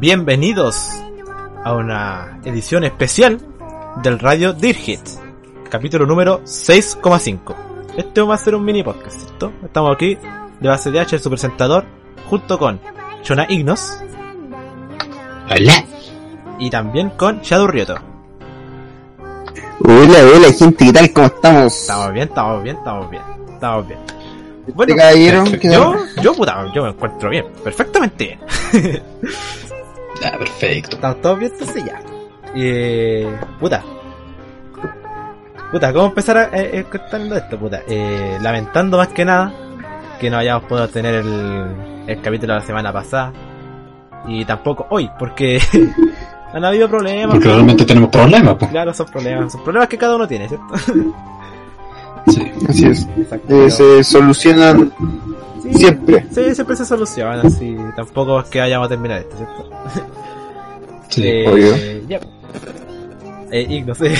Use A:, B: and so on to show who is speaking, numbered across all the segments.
A: Bienvenidos a una edición especial del Radio Dear Hit, capítulo número 6,5. Este va a ser un mini podcast, ¿cierto? Estamos aquí de base DH, su presentador, junto con Jonah Ignos
B: Hola.
A: y también con Shadow Rioto.
B: Hola, hola, gente, ¿qué tal? ¿Cómo estamos?
A: Estamos bien, estamos bien, estamos bien, estamos bien.
B: Este caballero, ¿qué
A: yo,
B: tal?
A: yo, puta, yo me encuentro bien, perfectamente bien.
B: Ah, perfecto.
A: Estamos todos bien, entonces ya. Eh, puta. Puta, ¿cómo empezar a, eh, eh, contando esto, puta? Eh, lamentando más que nada que no hayamos podido tener el, el capítulo de la semana pasada. Y tampoco hoy, porque han habido problemas.
C: Porque realmente tenemos problemas, pues.
A: Claro, son problemas. Son problemas que cada uno tiene, ¿cierto?
C: Sí.
B: Así es.
A: Exacto.
B: Eh, se solucionan
A: Sí,
B: siempre.
A: sí, siempre se solucionan, así. Tampoco es que vayamos a terminar esto, ¿cierto?
C: sí.
A: eh,
B: obvio.
A: ya. Eh, y no sé.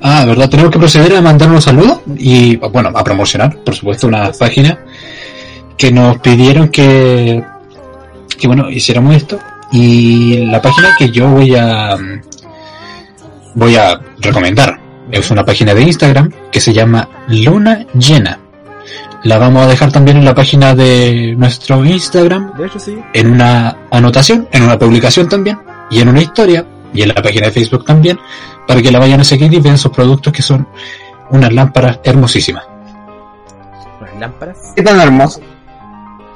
C: Ah, verdad, tenemos que proceder a mandar un saludo y, bueno, a promocionar, por supuesto, una página que nos pidieron que, que bueno, hiciéramos esto. Y la página que yo voy a, mm, voy a recomendar es una página de Instagram que se llama Luna Llena. La vamos a dejar también en la página de nuestro Instagram
A: De hecho, sí.
C: en una anotación, en una publicación también, y en una historia, y en la página de Facebook también, para que la vayan a seguir y vean sus productos que son unas lámparas hermosísimas.
A: Las lámparas.
B: ¿Qué tan hermoso?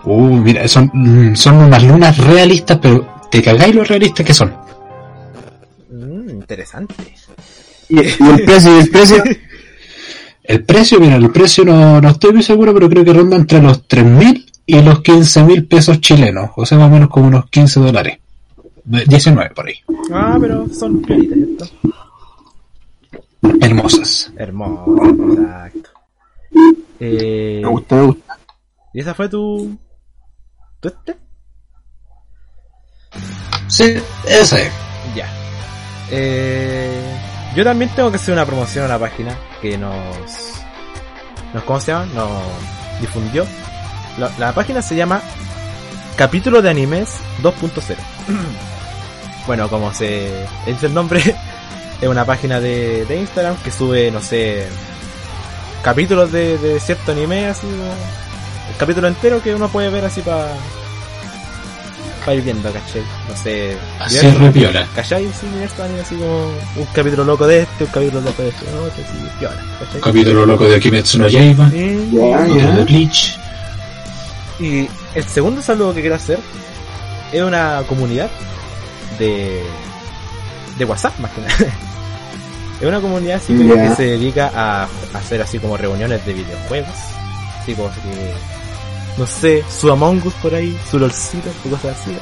C: Uh, mira, son, mm, son unas lunas realistas, pero te cagáis lo realistas que son.
A: Mm, interesante.
B: Y, y el precio, y el precio.
C: El precio, mira, el precio no, no estoy muy seguro, pero creo que ronda entre los 3.000 y los 15.000 pesos chilenos, o sea, más o menos como unos 15 dólares. 19 por ahí.
A: Ah, pero son piolitas, ¿cierto?
C: Hermosas.
A: Hermoso, exacto. Eh,
B: Me gusta, me gusta.
A: ¿Y esa fue tu. tu este?
C: Sí, ese.
A: Ya. Eh, yo también tengo que hacer una promoción a la página que nos. nos ¿Cómo se llama? Nos difundió. La, la página se llama Capítulo de Animes 2.0. bueno, como se dice el nombre, es una página de, de Instagram que sube, no sé, capítulos de, de cierto anime, así como el capítulo entero que uno puede ver así para. para ir viendo, ¿cachai? No sé.
C: Así
A: ver-
C: es, repiola.
A: ¿Cachai? Sí, esto anime así como un capítulo loco de este, un capítulo loco de este, otro, así, piola, ¿cachai?
C: capítulo loco de Kimetsu no Yaiba,
A: Eh,
B: Ah, Ya,
C: otro de
B: ya.
C: Bleach.
A: Y el segundo saludo que quiero hacer es una comunidad de. de WhatsApp más que nada. Es una comunidad así como
B: Ya.
A: que se dedica a hacer así como reuniones de videojuegos. Así como que. No sé, su Among Us por ahí, su LOLcito, su cosas así.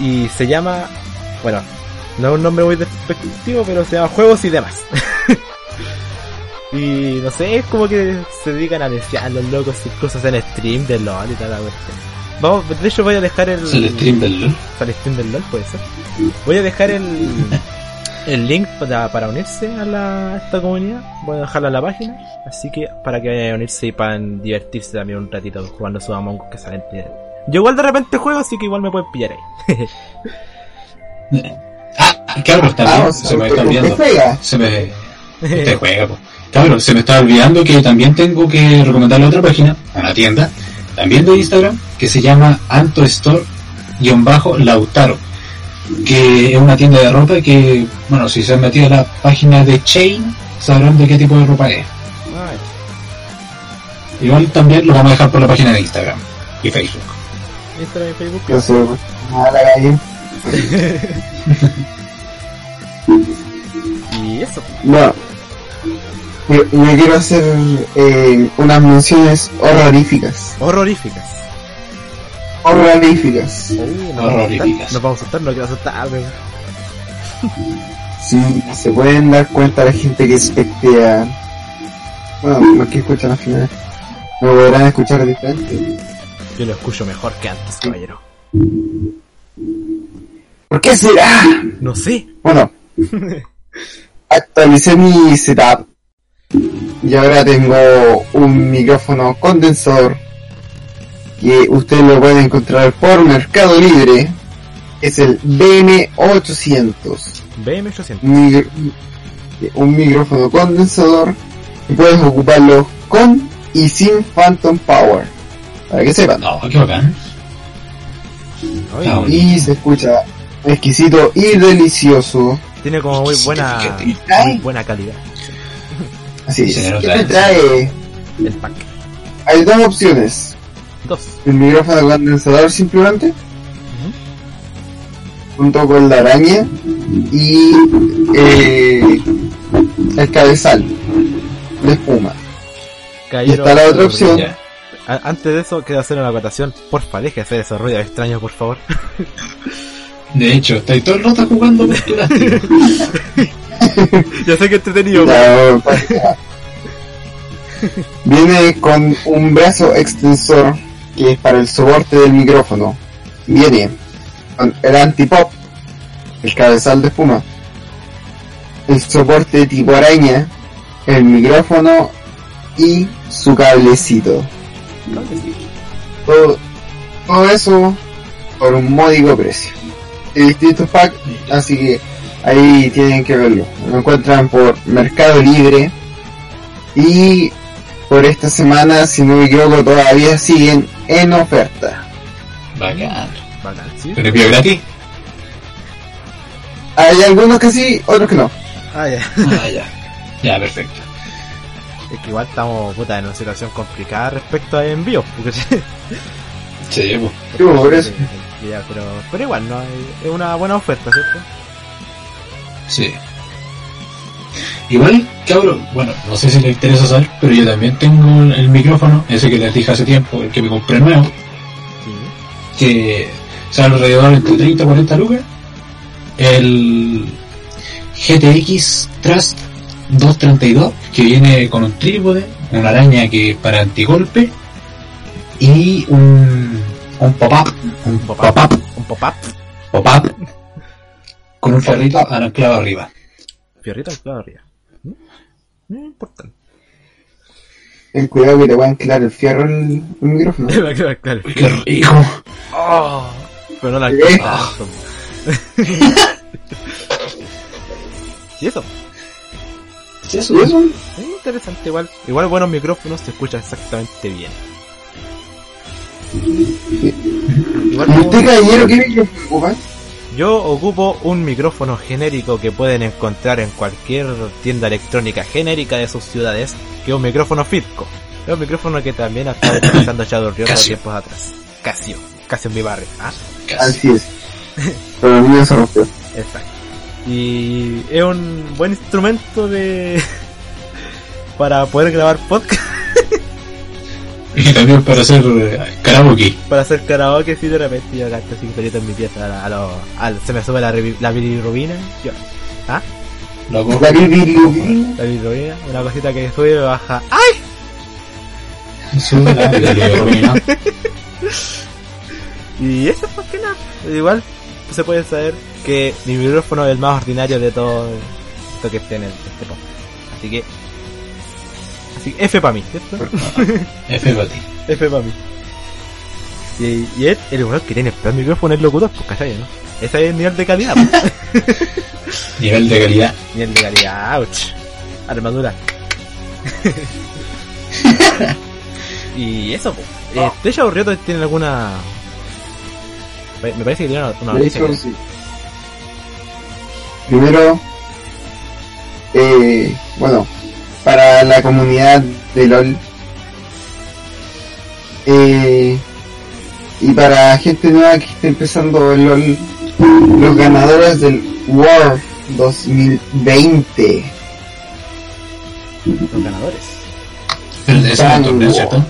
A: y se llama. Bueno, no es un nombre muy despectivo, pero se llama Juegos y demás. Y no sé, es como que se dedican a desear los locos y cosas en stream de LOL y tal la cuestión. Vamos, de hecho voy a dejar el.
C: Es el stream del LOL.
A: Para el stream del LOL, puede ser. Voy a dejar el, el link para, para unirse a, la, a esta comunidad. Voy a dejarla en la página. Así que para que vayan a unirse y puedan divertirse también un ratito jugando su Among Us que salen bien. Yo igual de repente juego, así que igual me pueden pillar ahí.
C: Ah, cabros, también
B: Vamos,
C: se me
B: ¿con
C: está
B: qué
C: olvidando.
B: juega?
C: Se me. Usted juega, po. Cabros, se me está olvidando que también tengo que recomendarle otra página, una tienda, también de Instagram, que se llama Anto Store-Lautaro. Que es una tienda de ropa que, bueno, si se han metido a la página de Chain, sabrán de qué tipo de ropa es.
A: Ay,
C: Igual también lo vamos a dejar por la página de Instagram y Facebook.
A: Instagram y Facebook.
B: No sé, pues. A la calle.
A: Y eso.
B: No. Yo, yo quiero hacer eh, unas menciones horroríficas.
A: Horroríficas.
B: Horroríficas.
A: Uh, nos vamos a asustar,
C: Horroríficas.
A: Nos vamos a asustar, no quiero asustarme.
B: Sí, se pueden dar cuenta la gente que espectea. Bueno, los que escuchan al final. Lo podrán escuchar de frente.
A: Yo lo escucho mejor que antes, caballero.
B: ¿Por qué será?
A: No sé.
B: Bueno, actualicé mi setup. Y ahora tengo un micrófono condensador. que ustedes lo pueden encontrar por Mercado Libre. Es el BM800.
A: BM800.
B: Micro- un micrófono condensador y puedes ocuparlo con y sin Phantom Power. Para que sepan.
C: No, qué bacán.
A: Oye,
C: Ah, bueno.
B: Y se escucha exquisito y delicioso.
A: Tiene como muy buena, muy buena calidad
C: Sí,
B: Así es.
C: señor,
B: ¿Qué
C: o sea,
B: te trae?
A: el pack.
B: Hay dos opciones.
A: Dos.
B: El micrófono condensador simplemente. Junto con la araña y eh, el cabezal de espuma. Y
A: Caballero,
B: está la otra opción.
C: Ya.
A: a- Antes de eso, quiero hacer una acotación. Porfa, deje de hacer ese ruido extraño, por favor.
C: De hecho, estoy todo el rato jugando con tu látigo.
A: ya sé que entretenido.
B: La pasta. Viene con un brazo extensor que es para el soporte del micrófono. Viene con el antipop, el cabezal de espuma, el soporte tipo araña, el micrófono y su cablecito. Todo, todo eso por un módico precio. El distintos pack, así que Ahí tienen que verlo. Lo encuentran por Mercado Libre. Y por esta semana, si no me equivoco, todavía siguen en oferta.
C: Bacán.
A: Bacán, ¿sí?
C: ¿Te envío gratis?
B: Hay algunos que sí, otros que no.
A: Ah, ya.
C: Ah, ya. Ya, perfecto.
A: Es que igual estamos puta, en una situación complicada respecto a envíos. Porque,
C: Sí, pues.
B: Sí, pues, por eso.
A: Ya, pero, pero igual, ¿no? es una buena oferta, ¿cierto?
C: Sí. Igual, cabrón, bueno, no sé si le interesa saber, pero yo también tengo el, el micrófono, ese que les dije hace tiempo, el que me compré nuevo,
A: Sí.
C: que sale alrededor entre 30 y 40 lucas. El GTX Trust 232, que viene con un trípode, una araña que para antigolpe y un, un pop-up, un
A: Pop-up.
C: pop-up
A: Un pop-up.
C: pop-up con un ferrito ananclado arriba.
A: Fiorrito al lado de arriba. ¿Mm? Mm, Importante.
B: Ten cuidado que te van a anclar el fierro el, el micrófono.
A: Me queda claro.
C: ¡Qué rico!
A: Oh, pero no la
B: Eh.
A: tanto. Ah. y eso,
C: ¿Sí,
B: ¿Y eso?
A: es interesante igual. Igual buenos micrófonos se escucha exactamente bien. Igual
B: ¿Y
A: como-
B: usted, caballero, qué micrófono ocupa?
A: Yo ocupo un micrófono genérico que pueden encontrar en cualquier tienda electrónica genérica de sus ciudades, que es un micrófono Fitco. Es un micrófono que también ha estado utilizando Shadow Rio
C: Casio.
A: tiempos atrás. Casio, Casio en mi barrio. Ah,
C: Casi.
B: Así es. Pero el mío se rompió.
A: Exacto. Y es un buen instrumento de para poder grabar podcast,
C: Y también para hacer eh, karaoke.
A: para hacer karaoke si de repente yo canto así solito en mi pieza a, la- a lo- al- se me sube la, revi- la bilirrubina, yo,
C: Loco.
B: La bilirrubina.
A: la bilirrubina, una cosita que sube y baja. ¡Ah!
C: Sube la bilirrubina.
A: Y eso es más que nada. Igual se puede saber que mi micrófono es el más ordinario de todo esto que esté en el este podcast. Así que así que F para mí, ¿cierto?
C: F para ti.
A: F para mí. Y, y es el weón que tiene el peor micrófono es locutor, pues cachai, ¿no? Ese es el nivel de calidad, pues.
C: Nivel de calidad.
A: Nivel de calidad, ouch. Armadura. y eso, pues. Eh, ¿Playa Borrioto tiene alguna.? Me me parece que tiene una, una
B: De
A: noticia
B: hecho,
A: que-
B: sí. Primero, eh, bueno, para la comunidad de LOL eh, y para gente nueva que está empezando el LOL, los ganadores del World 2020
A: los ganadores.
C: Pero de ese es el torneo, ¿cierto?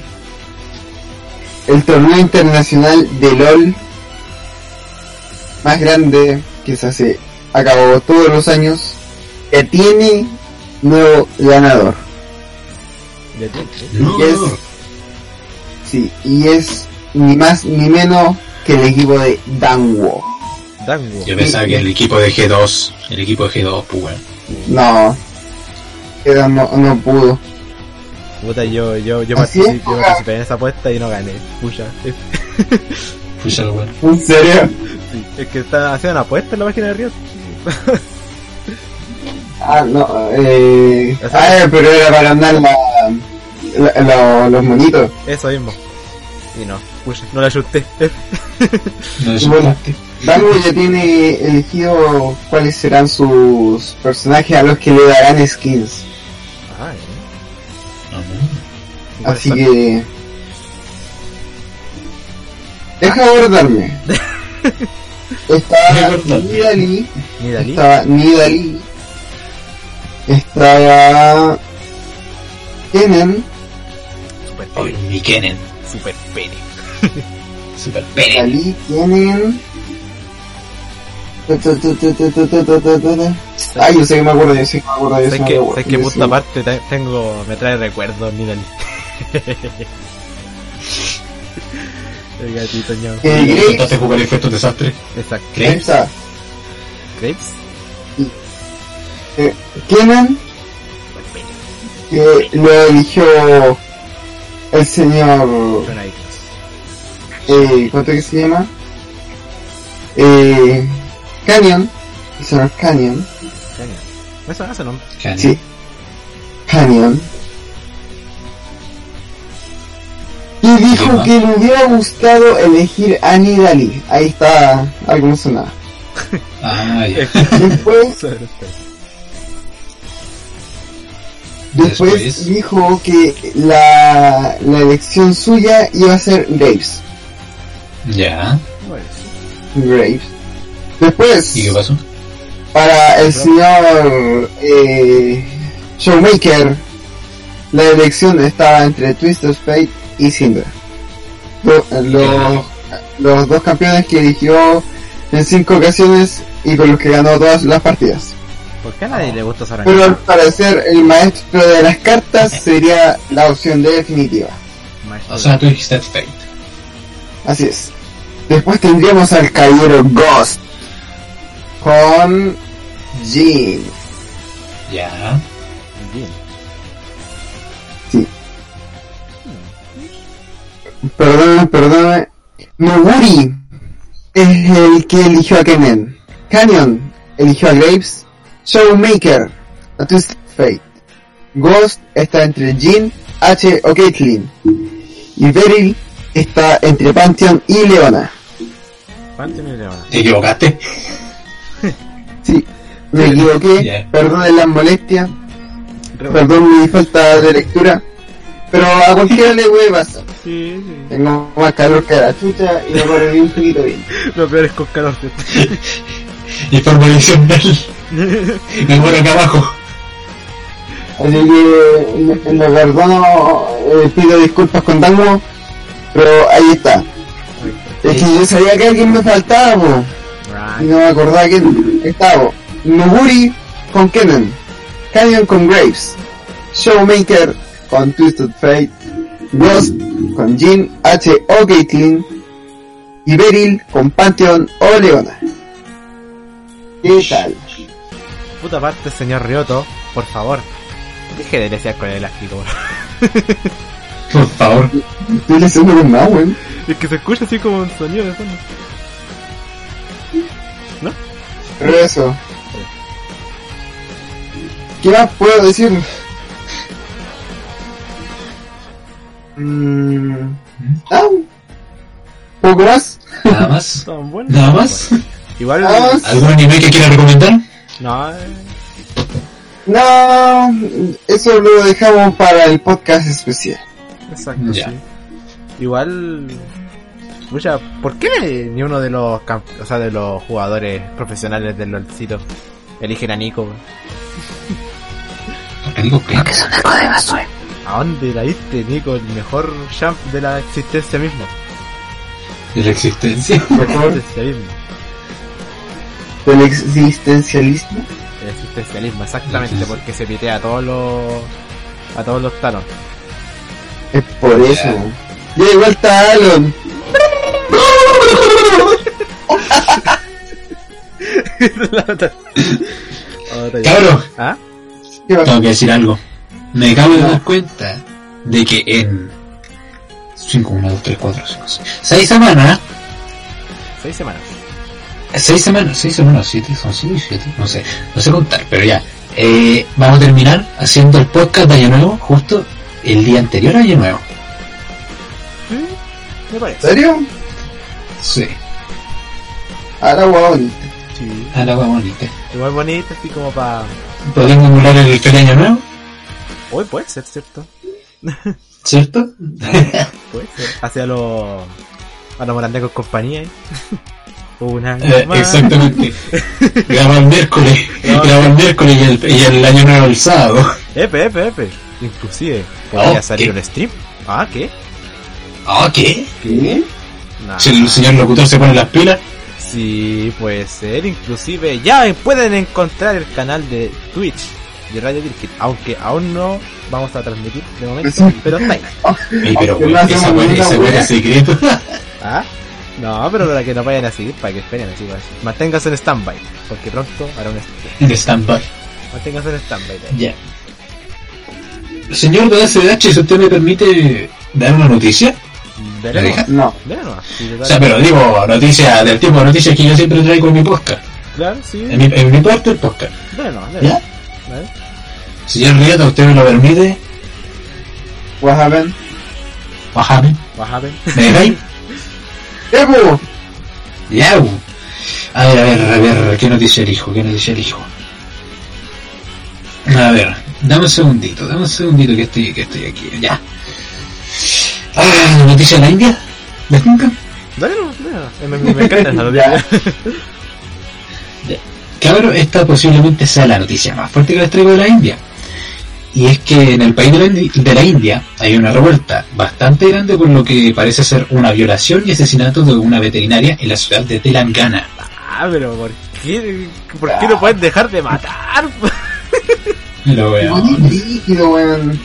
B: el torneo internacional de LOL más grande que se hace a cabo todos los años, que tiene nuevo ganador.
A: De Twitch, ¿eh?
C: No.
B: Y es, sí, y es ni más ni menos que el equipo de Danwo.
A: Dango.
C: Yo pensaba que el equipo de G2, el equipo de G2, pues bueno.
B: No, queda- no, no pudo.
A: Puta, yo, yo, yo,
B: Así
A: participé,
B: es,
A: yo
B: weón.
A: participé en esa apuesta y no gané. Pucha. Es,
C: Pues ya, weón.
B: ¿En serio?
A: sí, es que está haciendo una apuesta en la página de Riot.
B: Ah, no, eh...
A: Eso.
B: Ah, eh, pero era para ganar la, la- lo- los monitos.
A: Eso mismo. Y no, pucha, no la asusté.
C: No es-
B: Bueno. Valvo ya tiene elegido cuáles serán sus personajes a los que le darán skins.
A: Ah, eh.
C: No, no.
A: Igual
B: Así
A: está-
B: que... Deja abordarme. Estaba
C: Abordarme.
B: Nidalee,
A: Ni Dalí.
B: estaba Nidalee, estaba Kennen,
A: Super
C: Ay,
A: pene.
C: mi Kennen.
A: Super pene.
C: Super pene.
B: Nidalee, Kennen... Ta, ta, ta, ta, ta, ta, ta, ta, ta, ta. Ay, yo sé que me acuerdo, yo sé que me acuerdo de
A: ¿Sabes
B: eso.
A: que,
B: me acuerdo
A: sabes que
B: de
A: puta
B: eso.
A: parte te- tengo, me trae recuerdos ni Dalí? El gatito ño.
B: Eh, Graves,
C: Trataste de jugar y fue tu desastre.
A: Exacto.
C: Graves.
B: esa.
A: Grapes.
B: Kenan, que lo eligió el señor,
A: John Aikens.
B: eh, ¿cuánto que se llama? Eh, Canyon, el señor Canyon,
A: Genial. Eso hace nombre.
C: Kennen.
B: sí, Canyon. Y dijo
C: Ajá.
B: que le hubiera gustado elegir a Nidalee. Ahí está, algo no sonaba.
C: Ah, ya.
B: Después Después,
C: Después.
B: dijo que la, la elección suya iba a ser Graves.
C: Ya.
A: Bueno,
B: Graves. Después,
C: ¿Y qué pasó?
B: para el señor eh, Showmaker, la elección estaba entre Twisted Fate y Cinder. Lo- los, los dos campeones que eligió en cinco ocasiones y con los que ganó todas las partidas.
A: ¿Por qué a nadie le gusta Sarango?
B: Pero al parecer el maestro de las cartas sería la opción definitiva.
A: Maestro
C: O sea, tú dijiste Fate.
B: Así es. Después tendríamos al caballero Ghost con Jean.
C: Ya.
A: del bien.
B: Perdón, perdón. Noguri es el que eligió a Kennen. Canyon eligió a Graves. Showmaker a Twisted Fate. Ghost está entre Jean, H o Caitlyn. Y Beryl está entre Pantheon y Leona.
A: Pantheon y Leona.
C: ¿Te equivocaste?
B: Sí, me
C: Sí,
B: equivoqué.
C: ya.
B: Perdonen las molestias.
A: Re-
B: Perdón mi falta de lectura, pero a cualquiera le voy a pasar.
A: Sí, sí.
B: Tengo más calor que la chucha y me corre bien un poquito bien.
A: Lo peor es con calor.
C: Y forma adicional. Me muero acá abajo.
B: Así que le- le perdono, eh, pido disculpas con Tango, pero ahí está. Es que yo sabía que alguien me faltaba, po, y
A: Right.
B: no me acordaba quién estaba. po. Noguri con Kennen, Canyon con Graves, Showmaker con Twisted Fate, Ghost con Jean H. O. Caitlyn y Beryl con Pantheon o Leona. ¿Qué tal?
A: Puta parte, señor Rioto, por favor. Deje de desear con el elástico, bro.
C: Por favor.
B: Estoy leyendo con más, weón.
A: Es que se escucha así como un sonido de fondo.
B: Pero eso. ¿Qué más puedo decir? Mm, ah, ¿Poco más?
C: Nada más.
A: Tan bueno.
C: Nada más.
A: Igual.
B: Nada más.
C: ¿Algún anime que quieras recomendar?
A: No, eh,
B: No, eso lo dejamos para el podcast especial.
A: exacto.
C: Ya.
A: sí. Igual. Mucha, ¿por qué ni uno de los camp- o sea, de los jugadores profesionales del LOLcito eligen a Nico? bro?
C: Porque digo que
A: ¿A dónde la diste, Nico? El mejor champ de la existencia misma.
C: de la existencia.
B: Mejor
A: Existencia misma.
B: del existencialismo.
A: El existencialismo, exactamente, porque se pitea a todos los. a todos los tanos.
B: Es Eh, por eso. Ya igual está Alon.
A: Ahora ya.
C: Cabrón,
A: ¿Ah?
B: ¿Qué va?
A: ¿Ah?
C: tengo que decir algo. Me acabo de dar cuenta de que en 5, 1, 2, 3, 4, 5, 6 semanas,
A: Seis semanas.
C: 6 semanas, 6 semanas, 7, son 5 y 7, no sé, no sé contar, pero ya, eh, vamos a terminar haciendo el podcast de Año Nuevo justo el día anterior a Año Nuevo.
A: Mm, Me
B: ¿En
A: parece.
B: serio?
C: Sí,
B: Ahora weón.
A: Sí.
C: a la bonita.
A: Igual bonito, así como para...
C: ¿Podemos emular el feliz Año Nuevo?
A: Hoy puede ser, ¿cierto?
C: ¿Cierto?
A: Puede ser. Hacia los... A los morandecos compañía, ¿eh? Una...
C: Eh,
A: más.
C: exactamente. Graba el miércoles.
A: No.
C: Graba el miércoles y el, y el año nuevo el sábado.
A: Epe, epe, epe. Inclusive, podría
C: Oh,
A: salir
C: ¿qué?
A: el stream. Ah, ¿qué?
C: Ah, ¿qué?
B: ¿Qué?
A: Nah.
C: Si el señor locutor se pone las pilas.
A: Sí, puede ser. Inclusive ya pueden encontrar el canal de Twitch de Radio Dirkit. Aunque aún no vamos a transmitir de momento, pero está ahí.
C: Ey, pero
B: Aunque
C: weón,
B: no
C: esa
B: hacemos
C: weón,
B: ninguna
C: esa weón
B: weá.
C: es secreto.
A: ¿Ah? No, pero para que nos vayan a seguir, para que esperen, chicos. Manténganse en stand-by, porque pronto hará un stream.
C: En stand-by.
A: Manténganse en stand-by. de ahí.
C: Ya. Señor de SDH, si usted me permite dar una noticia.
A: Dele
C: ¿Me
A: nomás,
C: deja?
B: No.
A: dele nomás. Sí,
C: O sea,
A: dale.
C: pero digo, noticia del tipo de noticias que yo siempre traigo en mi podcast.
A: Claro, sí.
C: En mi, en mi parte del podcast.
A: Dele nomás, dele.
C: ¿Ya?
A: Dale.
C: Señor Rieta, usted me lo permite.
B: What happened?
C: Bájame.
A: Bájate.
C: ¿Me dejáis?
B: ¡Epo!
C: Ya. bu. A ver, a ver, a ver, ¿qué noticia elijo? ¿Qué noticia elijo? A ver, dame un segundito, dame un segundito que estoy, que estoy aquí, ya. Ah, noticia de la India, de Cuenca.
A: Dale nomás, dale nomás. Eh, Me, me- me encanta esa noticia.
C: Claro, esta posiblemente sea la noticia más fuerte que les traigo de la India. Y es que en el país de la, Indi- de la India hay una revuelta bastante grande por lo que parece ser una violación y asesinato de una veterinaria en la ciudad de Telangana.
A: Ah, pero ¿por qué, por qué no pueden dejar de matar?
C: Lo veo.
B: ¡Qué líquido, weón!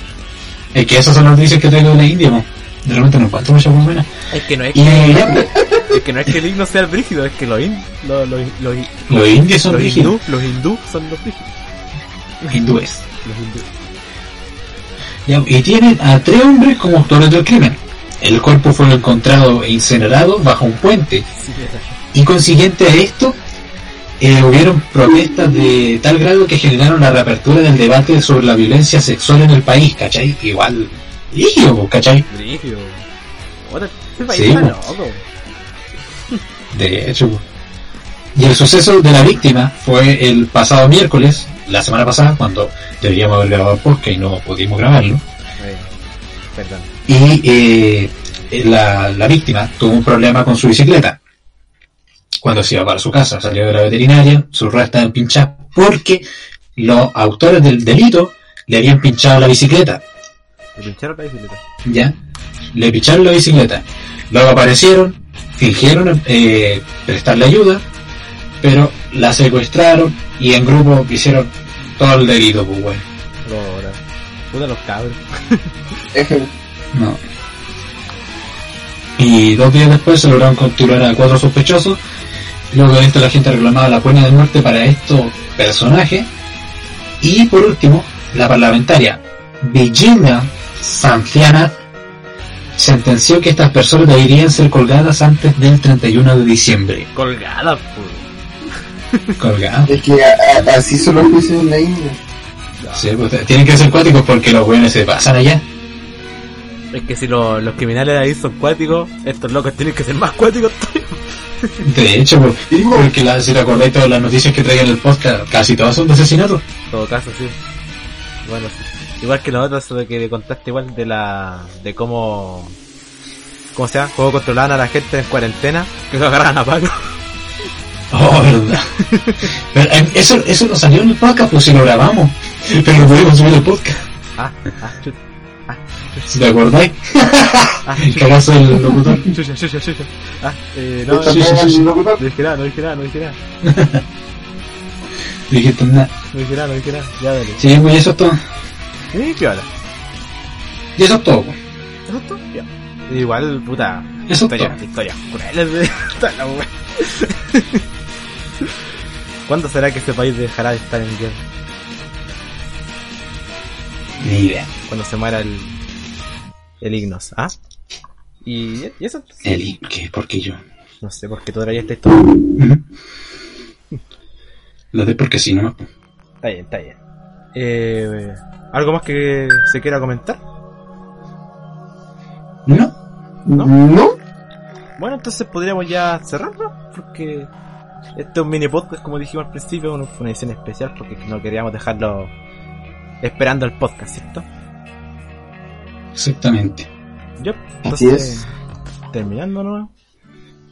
C: Es que esas son las noticias que traigo de la India, mo. De repente no encuentro muchas muy buenas.
A: Es que no es
C: Y ya, pues,
A: Es que no es que el himno sea el brígido, es que los, in- los, los, los,
C: los indios son
A: los
C: rígidos,
A: hindú, los hindú son los brígidos.
C: hindúes.
A: Los hindú.
C: Ya, y tienen a tres hombres como autores del crimen. El cuerpo fue encontrado e incinerado bajo un puente.
A: Sí,
C: Y consiguiente a esto, eh, hubieron protestas de tal grado que generaron la reapertura del debate sobre la violencia sexual en el país, ¿cachai? Igual, rígido, ¿cachai?
A: brígido. Ahora, este país
C: Sí,
A: está
C: bo.
A: loco.
C: De hecho. Y el suceso de la víctima fue el pasado miércoles, la semana pasada, cuando deberíamos haber grabado el podcast y no pudimos grabarlo.
A: Eh, perdón.
C: Y eh, la, la víctima tuvo un problema con su bicicleta. Cuando se iba para su casa, salió de la veterinaria, sus ruedas estaban pinchadas porque los autores del delito le habían pinchado la bicicleta.
A: ¿Te pincharon la bicicleta?
C: ¿Ya? Le picharon la bicicleta. Luego aparecieron, fingieron eh, prestarle ayuda, pero la secuestraron y en grupo hicieron todo el delito, pues bueno.
A: Ahora. Puta los cabros.
B: Eje.
C: No. Y dos días después se lograron capturar a cuatro sospechosos. Luego de esto la gente reclamaba la pena de muerte para estos personajes. Y por último, la parlamentaria Virginia Sanfiana sentenció que estas personas deberían ser colgadas antes del 31 de diciembre.
A: Colgadas, pues.
C: Colgadas.
B: Es que a- a- así son los juicios en la India.
C: Sí, pues, tienen que ser cuáticos porque los buenos se pasan allá.
A: Es que si lo- los criminales ahí son cuáticos, estos locos tienen que ser más cuáticos todavía.
C: De hecho, por- porque la, si recordáis todas las noticias que traían el podcast, casi todas son de asesinatos.
A: En todo caso, sí. Bueno, igual que nosotros, eso de que contaste igual de la. de cómo. ¿Cómo se llama? Cómo controlaban a la gente en cuarentena, que lo agarran a Paco.
C: Oh, verdad. Pero, eh, eso, eso no salió en el podcast, pues si lo grabamos. Pero no pudimos subir el podcast.
A: Ah, ah, chucha,
C: ¿Se te acordáis?
A: ah,
C: El
A: chucha,
C: cagazo del locutor.
A: chucha, chucha, chucha. Ah, eh, no,
B: No,
A: no
C: sí, sí, sí.
B: no,
A: dije nada, no dije nada, no dije nada,
C: Dijiste nada.
A: no dije nada, no dije nada, ya dale.
C: Sí, pues eso es todo.
A: ¿Y qué hora?
C: Y eso es todo. pues.
A: ¿Eso es todo? Ya. Igual, puta,
C: Eso es todo.
A: historia, historia cruel de esta la wea. ¿Cuándo será que este país dejará de estar en guerra?
C: Ni idea.
A: Cuando se muera el El Ignos. ¿Ah? ¿Y, y eso? pues.
C: Eli, ¿qué? ¿Por qué yo?
A: No sé, porque todavía está todo.
C: Lo de porque si no.
A: Está bien, está bien. Eh, ¿Algo más que se quiera comentar?
C: No.
A: ¿No?
B: ¿No?
A: Bueno, entonces podríamos ya cerrarlo, porque este es un mini podcast, como dijimos al principio, un- fue una edición especial porque no queríamos dejarlo esperando el podcast, ¿cierto?
C: Exactamente.
A: Yo,
B: Así
A: entonces, terminando, ¿no?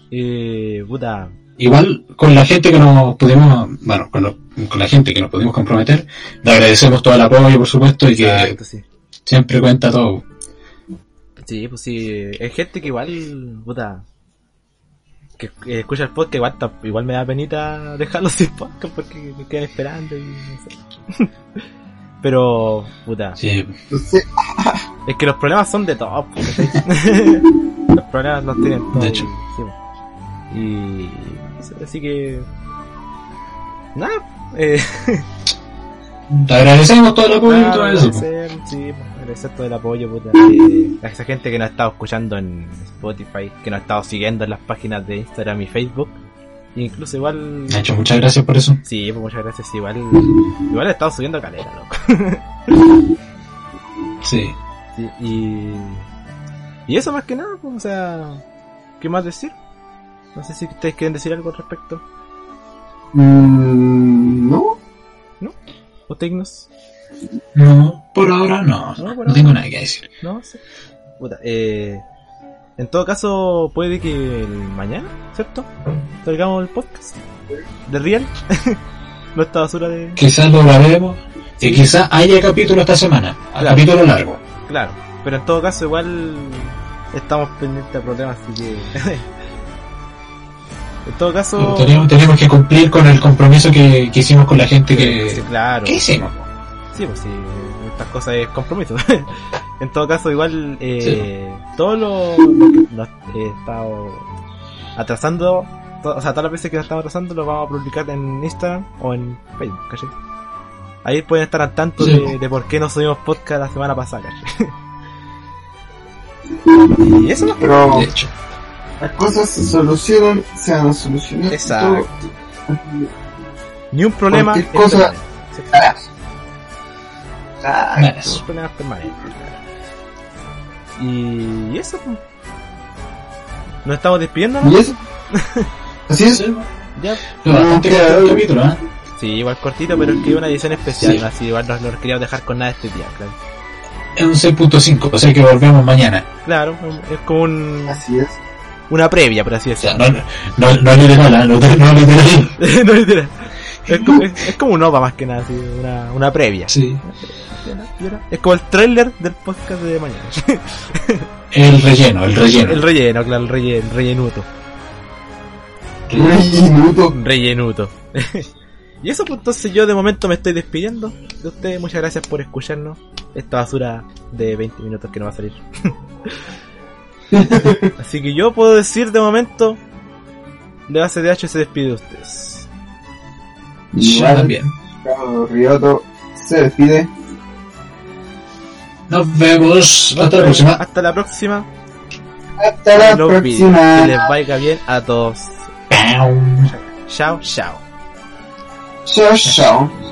A: Eh, puta,
C: Igual con la gente que nos pudimos, bueno, con, lo- con la gente que nos pudimos comprometer, le agradecemos todo el apoyo, por supuesto, y que
A: exacto, sí.
C: siempre cuenta todo.
A: Sí, pues sí, es gente que igual, puta, que que escucha el podcast, igual, ta- igual me da penita dejarlo sin podcast porque me quedan esperando y no sé. Pero, puta,
C: Sí,
B: Entonces,
A: Es que los problemas son de todos, po, ¿cachai? Los problemas los tienen todos.
C: De hecho.
A: y- sí, po. Y. eso, Así que. Nada, eh.
C: te agradecemos todo el apoyo y todo eso. po.
A: Agradecer, Ah, sí, po, agradecer todo el apoyo, puta. eh, a esa gente que nos ha estado escuchando en Spotify, que nos ha estado siguiendo en las páginas de Instagram y Facebook. Incluso igual.
C: De hecho, muchas gracias por eso.
A: Sí, pues muchas gracias, igual. Igual he estado subiendo calera, loco.
C: Sí.
A: Sí, y. Y eso más que nada, pues, o sea. ¿Qué más decir? No sé si ustedes quieren decir algo al respecto.
B: mm, ¿No?
A: ¿O Tecnos?
C: No, por ahora no.
A: No,
C: No,
A: por
C: tengo nada que decir.
A: No sé. Puta, eh. En todo caso, puede que el mañana, ¿cierto? Salgamos el podcast. De Real. Nuestra basura de.
C: Quizás lo grabemos y quizás haya capítulo esta semana. a
A: Claro.
C: Capítulo largo.
A: Claro. Pero en todo caso, igual. Estamos pendientes de problemas, así que. en todo caso.
C: Tenemos, tenemos que cumplir con el compromiso que, que hicimos con la gente
A: Sí,
C: que...
A: claro.
C: ¿Qué hicimos? po?
A: Sí, pues sí, estas cosas es compromiso. en todo caso, igual, eh, todo lo, lo que nos he estado atrasando, to- o sea, todas las veces que nos estamos atrasando, lo vamos a publicar en Instagram o en Facebook, ¿cachai? Ahí pueden estar al tanto
C: Sí.
A: de, de por qué no subimos podcast la semana pasada, ¿cachai? y eso no.
B: Pero
C: De hecho.
B: las cosas se solucionan, se han solucionado.
A: Exacto. Ni un problema.
B: Cualquier cosa-
A: es permanente. Sí,
B: Exacto.
A: Ni un problema es permanente. Y eso. pues. Nos estamos despidiendo, ¿no?
B: ¿Y eso? Así es.
A: Ya.
C: Lo bastante
B: No,
C: corto el
B: claro.
C: capítulo, ¿eh?
A: Sí, igual cortito, pero es que es una edición especial,
C: Sí.
A: ¿no? así igual no no queríamos dejar con nada este día, claro.
C: Es un 6.5, o sea que volvemos mañana.
A: Claro, es como un-
B: Así es.
A: una previa, por así
C: O
A: decirlo.
C: sea, no, no, no literal, ¿eh? no, no literal.
A: No, literal. es, como, es- es como un OVA más que nada, así, una, una previa.
C: Sí.
A: Es como el trailer del podcast de mañana.
C: El relleno, el relleno.
A: El relleno, claro, el relleno, rellenuto.
B: Un minuto.
A: Rellenuto. y eso, pues entonces yo de momento me estoy despidiendo de ustedes. Muchas gracias por escucharnos. Esta basura de 20 minutos que no va a salir. Así que yo puedo decir de momento, de ACDH se despide de ustedes.
C: Yo
B: Igual,
C: también.
B: Ricardo Rioto se despide.
C: Nos vemos. Hasta la próxima.
A: Hasta la próxima.
B: Hasta la
A: Los vi.
B: próxima.
A: Que les vaya bien a todos.
C: Chao.
A: Chao, chao.
B: Chao, chao.